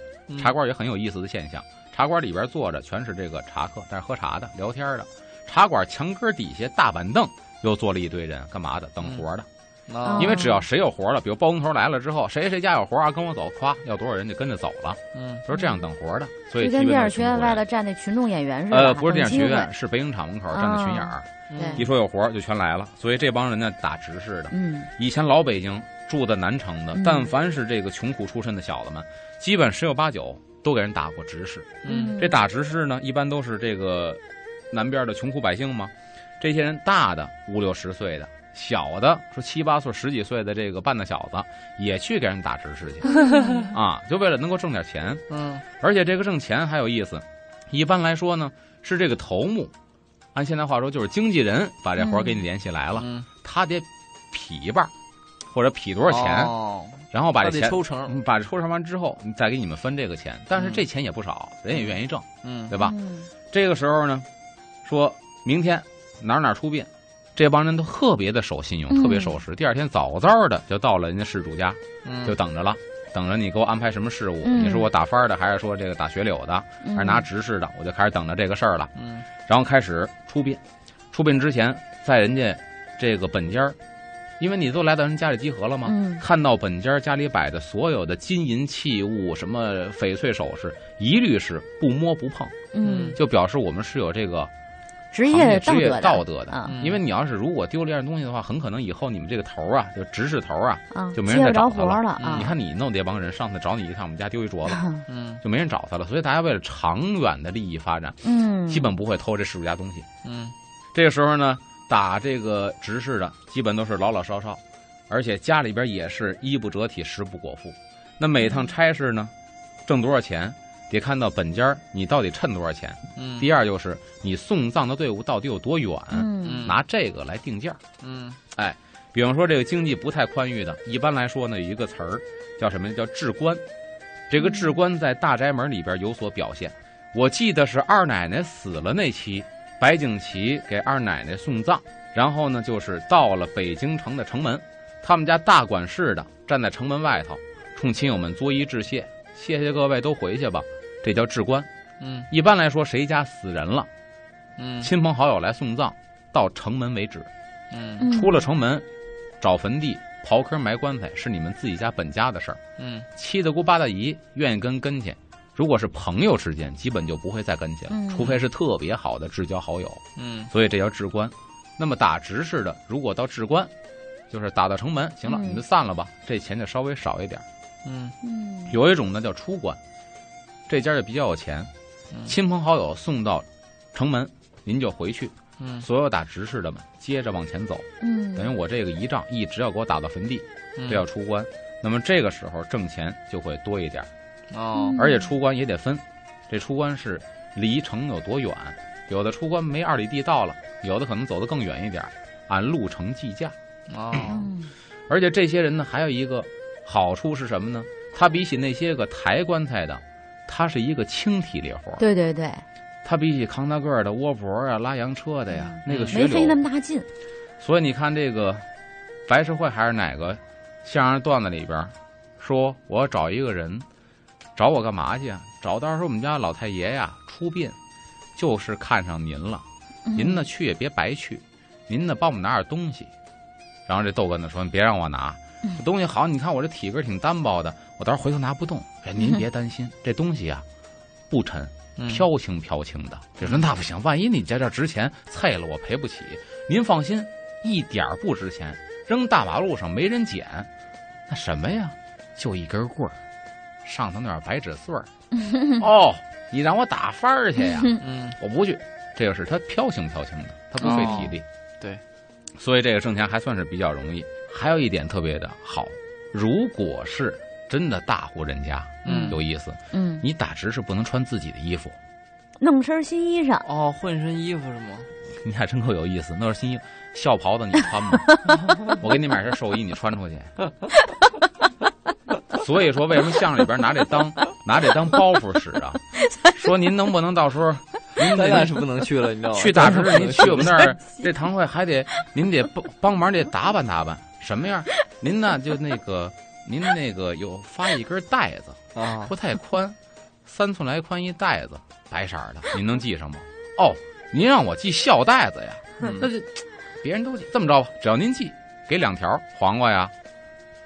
S3: 茶馆儿也很有意思的现象。茶馆儿里边坐着全是这个茶客，但是喝茶的、聊天儿的。茶馆儿墙根儿底下大板凳又坐了一堆人，干嘛的？等活儿的。
S1: 啊
S3: 因为只要谁有活了，比如包工头来了之后，谁谁家有活啊，跟我走，夸，要多少人就跟着走了，
S1: 嗯
S3: 都是这样等活的。所以
S2: 就跟
S3: 基本
S2: 电
S3: 上
S2: 影学院
S3: 全国
S2: 外
S3: 人
S2: 头站那群众演员似的，
S3: 啊呃不是电影
S2: 等机
S3: 学
S2: 会哦
S3: 院，是北影厂门口站的群眼儿，
S1: 嗯
S2: 对
S3: 一说有活就全来了。所以这帮人呢打直视的。
S2: 嗯
S3: 以前老北京住的南城的
S2: 嗯，
S3: 但凡是这个穷苦出身的小子们，基本十有八九都给人打过直视。
S1: 嗯
S3: 这打直视呢，一般都是这个南边的穷苦百姓嘛。这些人大的五六十岁的，小的说七八岁、十几岁的这个半大小子，也去给人打直视
S1: <laughs>
S3: 去啊，就为了能够挣点钱。
S1: 嗯
S3: 而且这个挣钱还有意思，一般来说呢是这个头目，按现在话说就是经纪人把这活儿给你联系来了，
S1: 嗯
S3: 他得匹一半儿，或者匹多少钱，
S1: 哦
S3: 然后把
S1: 他
S3: 这
S1: 得
S3: 钱
S1: 抽成
S3: 嗯把这抽成完之后，你再给你们分这个钱。但是这钱也不少，人也愿意挣，
S1: 嗯
S3: <laughs> 对吧？
S2: 嗯
S3: 这个时候呢，说明天哪儿哪儿出殡，这帮人都特别的守信用，
S2: 嗯
S3: 特别守时。第二天早早的就到了人家事主家，
S1: 嗯
S3: 就等着了，等着你给我安排什么事务。
S2: 嗯
S3: 你说我打幡儿的，还是说这个打雪柳的，还是拿执事的，我就开始等着这个事儿了。
S1: 嗯
S3: 然后开始出殡，出殡之前，在人家这个本家儿，因为你都来到人家里集合了嘛，
S2: 嗯
S3: 看到本家家里摆的所有的金银器物，什么翡翠首饰，一律是不摸不碰，
S2: 嗯，
S3: 就表示我们是有这个
S2: 职
S3: 行
S2: 业
S3: 业
S2: 道
S3: 职业
S2: 德
S3: 道
S2: 的
S3: 德的。
S2: 啊
S1: 嗯
S3: 因为你要是如果丢了一样东西的话，很可能以后你们这个头儿啊，就执事头儿啊，
S2: 啊，
S3: 就没
S2: 接
S3: 人再
S2: 不着
S3: 找他
S2: 活
S3: 了
S2: 了
S1: 嗯
S2: 啊。
S3: 你看你弄这帮人，上次找你一趟，我们家丢一镯子，
S1: 嗯
S3: 就没人找他了。所以大家为了长远的利益发展，
S2: 嗯，
S3: 基本不会偷这世主家东西。
S1: 嗯
S3: 这个时候呢，打这个执事的基本都是老老少少，而且家里边也是衣不遮体，食不果腹。那每
S2: 嗯
S3: 趟差事呢，挣多少钱，得看到本家儿你到底趁多少钱。
S1: 嗯
S3: 第二就是你送葬的队伍到底有多远，
S2: 嗯
S3: 拿这个来定价。
S1: 嗯
S3: 比方说这个经济不太宽裕的，一般来说呢有一个词儿叫什么？叫置官。这个置官在大宅门里边有所表现。我记得是二奶奶死了那期，白景琦给二奶奶送葬，然后呢就是到了北京城的城门，他们家大管事的站在城门外头，冲亲友们作揖致谢，谢谢各位都回去吧，这叫置官。
S1: 嗯
S3: 一般来说，谁家死人了，
S1: 嗯
S3: 亲朋好友来送葬，到城门为止。
S1: 嗯
S2: 嗯
S3: 出了城门，找坟地、刨坑埋棺材是你们自己家本家的事儿。
S1: 嗯
S3: 七大姑八大姨愿意跟跟去，如果是朋友之间，基本就不会再跟去了，
S2: 嗯
S3: 除非是特别好的至交好友。
S1: 嗯
S3: 所以这叫至关。那么打直式的，如果到至关，就是打到城门，行了，
S2: 嗯
S3: 你们散了吧，这钱就稍微少一点儿。
S1: 嗯
S2: 嗯，
S3: 有一种呢叫出关，这家就比较有钱，
S1: 嗯
S3: 亲朋好友送到城门，您就回去。
S1: 嗯
S3: 所有打直视的们接着往前走，
S2: 嗯，
S3: 等于我这个一仗一直要给我打到坟地，
S1: 嗯，
S3: 这要出关。那么这个时候挣钱就会多一点，
S1: 哦，
S3: 而且
S2: 嗯
S3: 出关也得分，这出关是离城有多远，有的出关没二里地到了，有的可能走得更远一点，按路程计价。
S1: 哦，
S2: 嗯
S3: 而且这些人呢，还有一个好处是什么呢？他比起那些个抬棺材的，他是一个轻体力活儿。
S2: 对对对，
S3: 他比起扛大个儿的、窝脖儿啊、拉洋车的呀，那个
S2: 嗯没
S3: 血
S2: 费那
S3: 流。
S2: 么大劲，
S3: 所以你看这个白社会还是哪个相声段子里边儿说，我要找一个人，找我干嘛去啊？找到时候我们家老太爷呀出殡，就是看上您了。
S2: 嗯
S3: 您呢去也别白去，您呢帮我们拿点东西。然后这豆根子说：“你别让我拿，
S2: 嗯
S3: 这东西好，你看我这体格挺单薄的，我到时候回头拿不动。哎，您别担心，这东西啊不沉，
S1: 嗯，
S3: 飘轻飘轻的。就说那不行，万一你在这儿值钱，碎了我赔不起。您放心，一点儿不值钱，扔大马路上没人捡，那什么呀？就一根棍儿，上头那点白纸
S1: <laughs>
S3: 穗儿。哦，你让我打翻儿去呀？
S1: 嗯
S3: 我不去，这个是他飘行飘行的，他不费体力。
S1: 哦对，
S3: 所以这个挣钱还算是比较容易。还有一点特别的好，如果是真的大户人家，
S1: 嗯
S3: 有意思，
S2: 嗯，
S3: 你打直是不能穿自己的衣服，
S2: 弄身新衣裳，
S1: 哦，混身衣服是吗？
S3: 你俩真够有意思。那是新衣服校袍子你穿吗？我给你买身寿衣，你穿出去。所以说，为什么相声里边拿这当拿这当包袱使啊？说您能不能到时候您
S1: 咱
S3: 得
S1: 俩是不能去了，你知道吗？
S3: 去大直
S1: 咱俩，是不能
S3: 您去我们
S1: 了 <laughs>
S3: 那儿这堂会还得您得帮帮忙得打扮打扮，什么样？您呢就那个您那个有发一根带子，
S1: 啊，
S3: 不太宽，三寸来宽一带子，白色儿的，您能系上吗？哦，您让我系孝带子呀，那
S1: 嗯
S3: 就别人都系，这么着吧，只要您系，给两条黄瓜呀，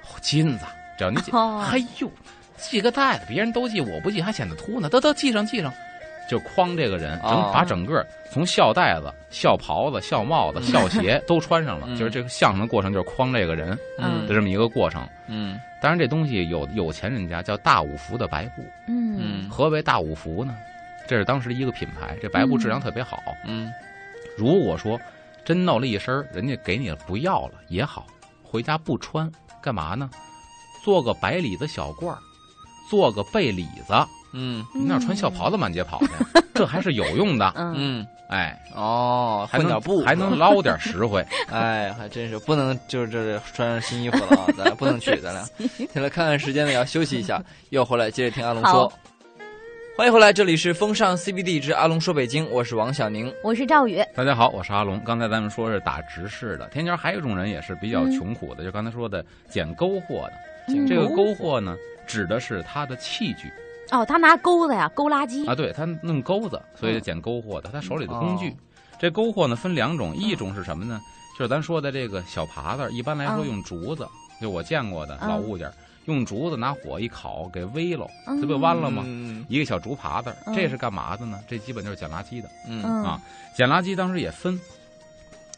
S3: 哦金子，只要您系，
S2: 哦
S3: <laughs> 哎呦，系个带子，别人都系，我不系还显得秃呢，得得系上系上，就框这个人，整
S1: 哦
S3: 把整个从孝带子、孝袍子、孝帽子、
S1: 嗯
S3: 孝鞋都穿上了，
S1: 嗯
S3: <laughs> 就是这个相声的过程，就是框这个人
S1: 嗯
S3: 的这么一个过程。
S1: 嗯
S3: 当然，这东西有有钱人家叫大五福的白布，
S2: 嗯
S1: 嗯
S3: 何为大五福呢？这是当时一个品牌，这白布质量特别好。
S1: 嗯
S3: 如果说真闹了一身儿，人家给你了不要了也好，回家不穿，干嘛呢？做个白里子小褂儿，做个被里子，
S1: 嗯
S3: 你哪穿校袍子满街跑去？ <laughs> 这还是有用 <laughs> 的，
S2: 嗯
S1: 嗯，
S3: 哎，
S1: 哦，
S3: 还
S1: 混
S3: 能
S1: 点布，
S3: 还能捞点实惠。
S1: <laughs>
S3: <laughs>
S1: 哎，还真是不能，就是这穿上新衣服了啊，咱俩不能去，咱俩。行了，看看时间呢，要休息一下，一会儿回来接着听阿龙说
S2: 好。
S1: 欢迎回来，这里是风尚 CBD 之阿龙说北京，我是王小宁。
S2: 我是赵宇，
S3: 大家好，我是阿龙。刚才咱们说是打直市的，天桥还有一种人也是比较穷苦的，就刚才说的捡篝火的。
S2: 嗯
S3: 这个篝火呢，指的是他的器具。
S2: 哦，他拿钩子呀勾垃圾，
S3: 啊，对他弄钩子，所以
S2: 嗯
S3: 就捡篝火的，他手里的
S2: 哦
S3: 工具。这篝火呢分两种，一种是什么呢？就是咱说的这个小耙子，一般来说
S2: 嗯
S3: 用竹子，就我见过的
S2: 嗯
S3: 老物件儿，用竹子拿火一烤给煨喽，
S2: 嗯
S3: 这不就弯了吗？
S1: 嗯
S3: 一个小竹耙子，
S2: 嗯
S3: 这是干嘛的呢？这基本就是捡垃圾的。
S1: 嗯
S2: 嗯
S3: 啊捡垃圾当时也分，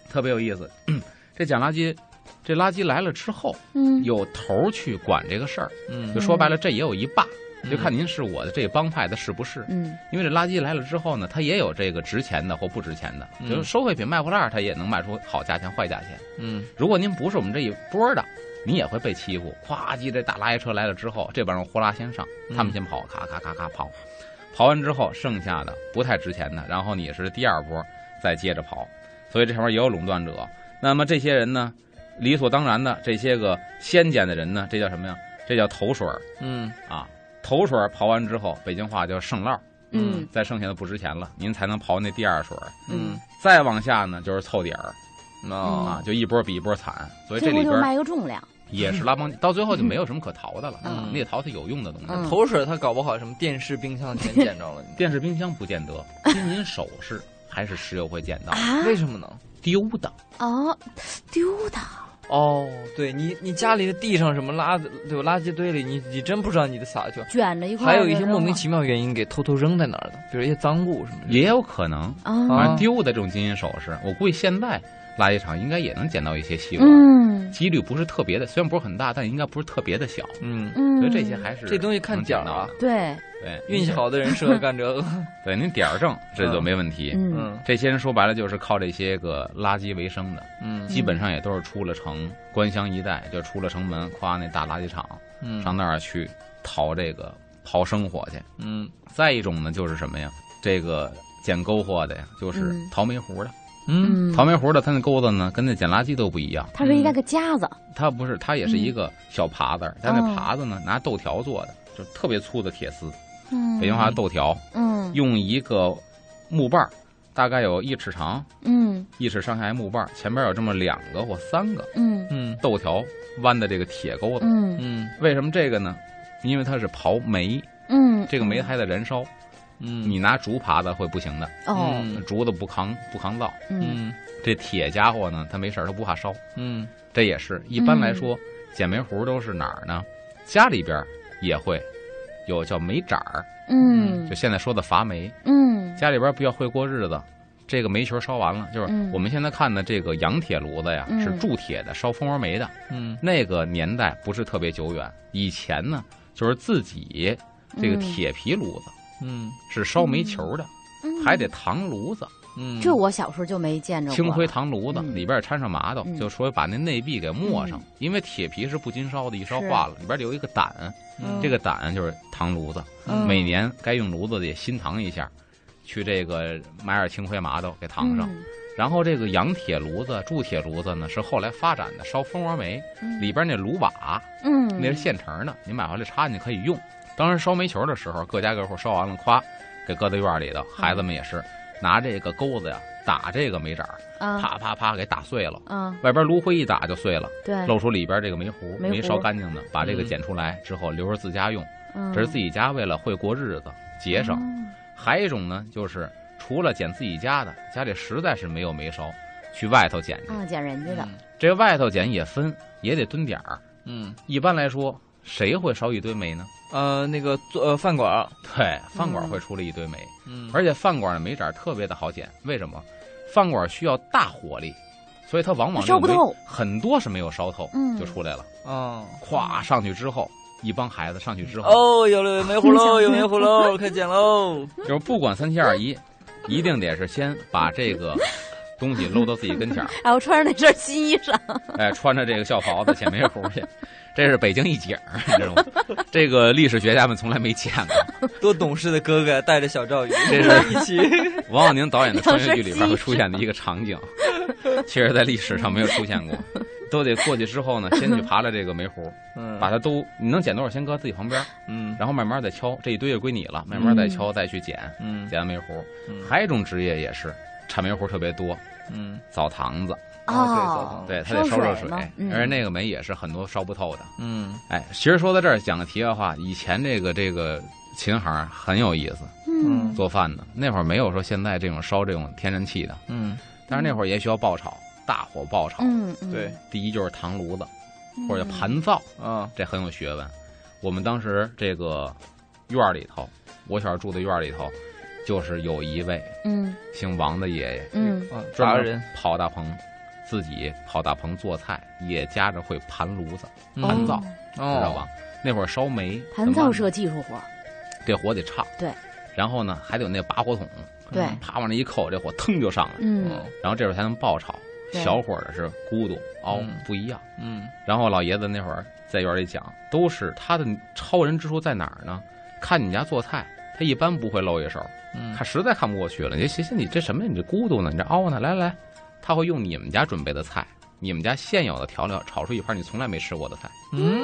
S3: 特别有意思。 <clears throat> 这捡垃圾，这垃圾来了之后，
S2: 嗯，
S3: 有头儿去管这个事儿，就
S1: 嗯，
S3: 说白了，这也有一霸，
S1: 嗯
S3: 就看您是我的这帮派的是不是。
S2: 嗯
S3: 因为这垃圾来了之后呢，它也有这个值钱的或不值钱的，
S1: 嗯
S3: 就是收废品卖破烂儿，它也能卖出好价钱、坏价钱。
S1: 嗯
S3: 如果您不是我们这一波的，你也会被欺负。咵叽，这大垃圾车来了之后，这帮人呼啦先上，他们先跑，咔咔咔咔跑，跑完之后剩下的不太值钱的，然后你也是第二波再接着跑，所以这上面也有垄断者。那么这些人呢，理所当然的这些个先捡的人呢，这叫什么呀？这叫头水儿
S1: 嗯
S3: 啊！头水儿刨完之后，北京话叫剩落儿。
S2: 嗯
S3: 再剩下的不值钱了，您才能刨那第二水儿。
S1: 嗯，
S3: 再往下呢，就是凑底儿、
S1: 哦
S3: 啊，就一波比一波惨。所以这
S2: 嗯最后
S3: 里
S2: 就
S3: 边
S2: 卖个重量，
S3: 也是拉帮，到最后就没有什么可逃的了。
S2: 嗯
S3: 你得淘它有用的东西。
S2: 嗯
S1: 口水他搞不好什么电视冰箱全捡着了，
S3: <laughs>
S1: 你
S3: 电视冰箱不见得，金银首饰还是时有会见到
S2: 嗯啊
S1: 为什么呢？
S3: 丢的。
S2: 哦，丢的，
S1: 哦，对你，你家里的地上什么垃圾，对吧垃圾堆里，你你真不知道你的撒去了，
S2: 卷着一块儿
S1: 还
S2: 的扔了，
S1: 有一些莫名其妙原因给偷偷扔在哪儿的，比如一些脏物什么的。
S3: 也有可能，
S2: 嗯啊，
S3: 反正丢的这种金银首饰，我估计现在垃圾场应该也能捡到一些稀有。
S2: 嗯嗯
S3: 几率不是特别的，虽然不是很大，但应该不是特别的小。
S1: 嗯，
S2: 嗯，
S3: 所以这些还是
S1: 这东西看
S3: 能
S1: 点儿
S3: 到
S1: 啊
S3: 的，
S2: 对，
S3: 对，
S1: 运气，好的人适合干这个。
S3: 对您点儿正，这就没问题。
S2: 嗯
S1: 嗯
S3: 这些人说白了就是靠这些个垃圾为生的，
S1: 嗯
S3: 基本上也都是出了城，关乡一带就出了城门，夸那大垃圾场
S1: 嗯
S3: 上那儿去淘这个刨生火去。
S1: 嗯
S3: 再一种呢，就是什么呀？这个捡篝火的呀，就是
S2: 嗯
S3: 淘煤糊的。
S1: 嗯
S2: 嗯，
S3: 淘煤糊的，他那钩子呢，跟那捡垃圾都不一样。
S2: 它是一那个夹子，
S3: 它不是，它也是一个小耙子儿，但那
S2: 嗯哦
S3: 耙子呢，拿豆条做的，就特别粗的铁丝，
S2: 嗯，
S3: 北京话豆条，
S2: 嗯
S3: 用一个木棒儿，大概有一尺长，
S2: 嗯
S3: 一尺上下一木棒儿，前边有这么两个或三个
S2: 嗯
S1: 嗯
S3: 豆条弯的这个铁钩子。
S2: 嗯
S1: 嗯
S3: 为什么这个呢？因为它是刨煤，
S2: 嗯，
S3: 这个煤还在燃烧，
S1: 嗯
S3: 你拿竹耙子会不行的，
S2: 哦，
S1: 嗯
S3: 竹子不抗不抗造。
S2: 嗯
S1: 嗯
S3: 这铁家伙呢，它没事儿，它不怕烧。
S1: 嗯
S3: 这也是一般来说，捡煤糊都是哪儿呢？家里边儿也会有叫煤盏儿，
S2: 嗯
S3: 就现在说的阀煤。
S2: 嗯
S3: 家里边儿比较会过日子，这个煤球烧完了，就是
S2: 嗯
S3: 我们现在看的这个洋铁炉子呀，
S2: 嗯
S3: 是铸铁的，烧蜂窝煤的。
S1: 嗯
S3: 那个年代不是特别久远，以前呢就是自己这个铁皮炉子
S1: 嗯
S3: 是烧煤球的，
S2: 嗯
S3: 还得糖炉子，
S1: 嗯，
S2: 这我小时候就没见着过
S3: 青灰糖炉子
S2: 嗯
S3: 里边儿掺上麻豆，
S2: 嗯
S3: 就说把那内壁给抹上，因为铁皮是不经烧的，一烧
S2: 是
S3: 化了，里边留一个胆，
S1: 嗯
S3: 这个胆就是糖炉子，
S2: 嗯
S3: 每年该用炉子得新糖一下。去这个买点青灰麻豆给糖
S2: 嗯
S3: 上，，然后这个洋铁炉子、铸铁炉子呢，是后来发展的，烧蜂窝煤，
S2: 嗯
S3: 里边那炉瓦
S2: 嗯
S3: 那是现成的，你买回来插进去可以用。当时烧煤球的时候，各家各户烧完了，夸给搁在院里头，孩子们也是拿这个钩子呀打这个煤盏儿，
S2: 啊
S3: 啪啪啪给打碎了，
S2: 啊
S3: 外边炉灰一打就碎了，
S2: 对，
S3: 露出里边这个煤糊，
S2: 嗯煤糊
S3: 没烧干净的，把这个
S1: 嗯
S3: 捡出来之后留着自家用，
S2: 嗯
S3: 这是自己家为了会过日子节省。还有一种呢，就是除了捡自己家的，家里实在是没有煤烧，去外头捡去。
S2: 啊，捡人家的，
S3: 这外头捡也分，也得蹲点儿。
S1: 嗯
S3: 一般来说，谁会烧一堆煤呢？
S1: 呃那个做呃饭馆儿
S3: 对，饭馆
S2: 嗯
S3: 会出了一堆煤，
S1: 嗯
S3: 而且饭馆的煤盏特别的好捡，为什么？饭馆需要大火力，所以它往往
S2: 烧不
S3: 这个煤
S2: 透，
S3: 很多是没有烧透，
S2: 嗯
S3: 就出来了。
S1: 哦
S3: 咵上去之后，一帮孩子上去之后，
S1: 哦有
S2: <laughs>
S1: 了有煤糊喽有煤糊喽快捡喽
S3: 就是不管三七二
S2: <laughs>
S3: 十一，一定得是先把这个东西搂到自己跟
S2: <laughs>
S3: 前儿，
S2: 哎，我穿上那身新衣裳，
S3: 哎，穿着这个校袍子捡煤糊去。这是北京一景儿，你知道吗？这个历史学家们从来没见过。
S1: 多懂事的哥哥带着小 <laughs> 赵宇
S3: 这是
S1: 一起
S3: 王小宁导演的穿越剧里边会出现的一个场景，其实在历史上没有出现过，都得过去之后呢，先去爬了这个煤糊，
S1: 嗯
S3: 把它都你能捡多少先搁自己旁边，
S1: 嗯
S3: 然后慢慢再敲，这一堆就归你了，慢慢再敲再去捡，
S1: 嗯
S3: 捡完煤糊
S1: 嗯。
S3: 还有一种职业也是产煤糊特别多，
S1: 嗯
S3: 澡堂子，
S1: 啊
S2: 哦，
S3: 对，它得烧热
S2: 烧
S3: 水
S2: 水吗，嗯
S3: 而那个煤也是很多烧不透的。
S1: 嗯
S3: 哎，其实说到这儿讲个题外话，以前这个这个琴行很有意思，
S2: 嗯
S3: 做饭的那会儿没有说现在这种烧这种天然气的。
S1: 嗯
S3: 但是那会儿也需要爆炒，大火爆炒。
S2: 嗯，嗯
S1: 对，
S3: 第一就是糖炉子或者叫盘灶，
S1: 啊
S3: 这很有学问。我们当时这个院儿里头，我小时候住的院儿里头，就是有一位
S2: 嗯
S3: 姓王的爷爷，
S2: 嗯
S1: 啊
S3: 专
S1: 达
S3: 门
S1: 人
S3: 跑大棚，自己跑大棚做菜，也夹着会盘炉子，
S1: 嗯
S3: 盘
S2: 哦
S3: 灶，知道
S1: 哦
S3: 吧？那会儿烧煤，
S2: 盘灶是
S3: 怎么
S2: 个技术活儿，
S3: 办这火得畅，
S2: 对。
S3: 然后呢，还得有那拔火筒，
S2: 对，
S3: 啪往那一扣，这火腾就上来，
S2: 嗯
S3: 然后这会儿才能爆炒。
S2: 对
S3: 小火的是咕嘟熬
S1: 嗯
S3: 不一样。
S1: 嗯
S3: 然后老爷子那会儿在院里讲，都是他的超人之处在哪儿呢？看你家做菜，他一般不会露一手，
S1: 嗯
S3: 他实在看不过去了，你寻思你这什么呀？你这咕嘟呢？你这凹呢？来来来，他会用你们家准备的菜，你们家现有的调料炒出一盘你从来没吃过的菜，
S1: 嗯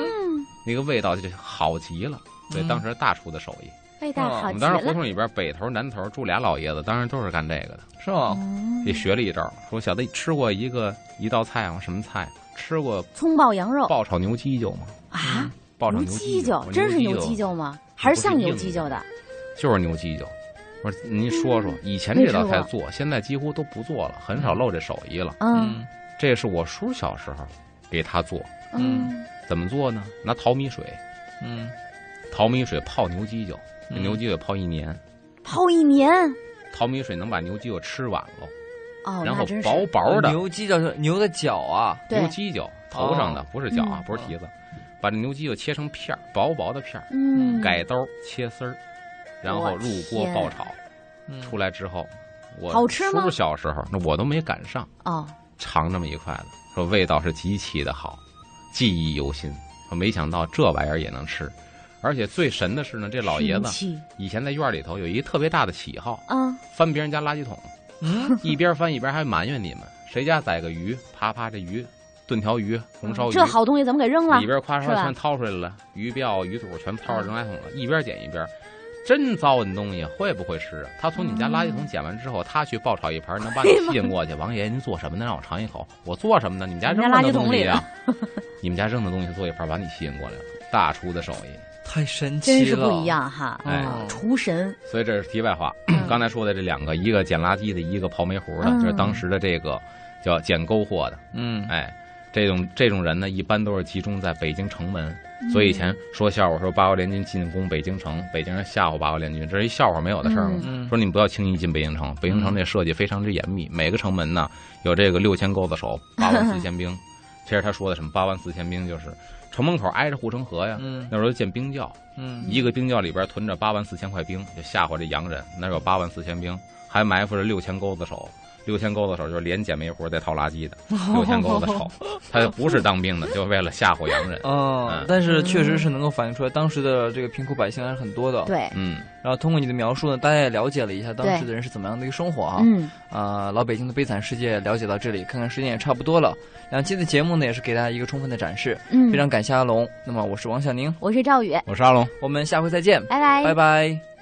S3: 那个味道就好极了。对，
S1: 嗯
S3: 当时大厨的手艺，
S2: 味道
S1: 哦
S2: 哎好
S3: 嗯我
S2: 极
S3: 们当时胡
S2: 了，
S3: 同里边北头南头住俩老爷子，当时都是干这个的，
S1: 是吗
S2: 嗯
S3: 也学了一招。说小子，你吃过一个一道菜吗？什么菜？吃过
S2: 葱爆羊肉
S3: 爆炒牛鸡酒吗？
S2: 啊，
S3: 爆炒
S2: 牛
S3: 鸡
S2: 酒，真是牛鸡
S3: 鸡，
S2: 酒吗？还是像牛鸡酒的？
S3: 就是牛鸡酒。我说您说说，以前
S2: 没
S3: 这道
S2: 吃
S3: 菜
S2: 过
S3: 做，现在几乎都不做了，很少露这手艺了。
S2: 嗯
S1: 嗯
S3: 这是我叔小时候给他做，
S2: 嗯
S3: 怎么做呢？拿淘米水，
S1: 嗯
S3: 淘米水泡牛鸡酒，这
S1: 嗯
S3: 牛鸡酒泡一年，
S2: 泡一年
S3: 淘米水能把牛鸡酒吃完喽。
S2: 哦，
S3: 然
S2: 那
S3: 后
S2: 真是
S3: 薄薄的
S1: 牛犄角是牛的角啊，
S2: 对
S3: 牛，犄角，头上的、
S1: 哦
S3: 不是角啊，
S2: 嗯
S3: 不是蹄子，把这牛犄角切成片儿，薄薄的片儿，
S2: 嗯，
S3: 改刀切丝儿，然
S2: 我
S3: 后入锅
S2: 天
S3: 爆炒，
S1: 嗯
S3: 出来之后，我
S2: 好吃吗
S3: 叔小时候那我都没赶上，
S2: 哦，
S3: 尝这么一筷子，说味道是极其的好，记忆犹新。我没想到这玩意儿也能吃，而且最神的是呢，这老爷
S2: 神
S3: 子
S2: 奇
S3: 以前在院里头有一特别大的喜好，
S2: 啊，
S3: 翻别人家垃
S2: <laughs>
S3: 圾桶，
S1: 嗯，
S3: 一边翻一边还埋怨你们，谁家宰个鱼，啪啪这鱼炖条鱼，红烧鱼，
S2: 这好东西怎么给扔了
S3: 里？边夸
S2: 是
S3: 夸
S2: 吧
S3: 全掏出来了，鱼鳔、鱼肚全掏出来扔垃圾桶了，一边捡一边。真糟践东西，会不会吃啊？他从你们家垃圾
S2: 嗯
S3: 桶捡完之后，他去爆炒一盘，
S2: <laughs>
S3: 能把你吸引过去。王爷，您做什么呢？让我尝一口。我做什么呢？你们家扔
S2: 人家垃圾
S3: 的
S2: 桶
S3: 东西
S2: 里
S3: 啊， <laughs> 你们家扔的东西做一盘，把你吸引过来了。大厨的手艺，
S1: 太神奇了，
S2: 真是不一。样哈，
S3: 哎
S2: 哦厨神，
S3: 所以这是题外话。
S2: 嗯
S3: 刚才说的这两个，一个捡垃圾的，一个刨煤糊的，
S2: 嗯
S3: 就是当时的这个叫捡篝货的。
S1: 嗯，
S3: 哎，这种这种人呢，一般都是集中在北京城门。所以以前说笑话说八国联军进攻北京城，北京人吓唬八国联军，这是一笑话没有的事儿吗？
S1: 嗯
S3: 说你们不要轻易进北京城，北京城这设计非常之严密，每个城门呢有这个六千钩子手，八万四千
S1: <laughs>
S3: 兵。其实他说的什么八万四千兵，就是城门口挨着护城河呀。
S1: 嗯
S3: 那时候建兵教，
S1: 嗯
S3: 一个兵教里边囤着八万四千块兵，就吓唬这洋人。那儿有八万四千兵，还埋伏着六千钩子手。六千钩子手就是连捡煤活带掏垃圾的，六千钩子
S1: <laughs>
S3: 手，他不是当兵的，就为了吓唬洋人。
S1: 哦
S3: 嗯，
S1: 但是确实是能够反映出来当时的这个贫苦百姓还是很多的。
S2: 对，
S3: 嗯，
S1: 然后通过你的描述呢，大家也了解了一下当时
S2: 对
S1: 的人是怎么样的一个生活啊。
S2: 嗯，
S1: 啊、老北京的悲惨世界了解到这里，看看时间也差不多了。两期的节目呢，也是给大家一个充分的展示。
S2: 嗯
S1: 非常感谢阿龙。那么我是王小宁，
S2: 我是赵宇，
S3: 我是阿龙。
S1: 我们下回再见，
S2: 拜拜
S1: 拜。拜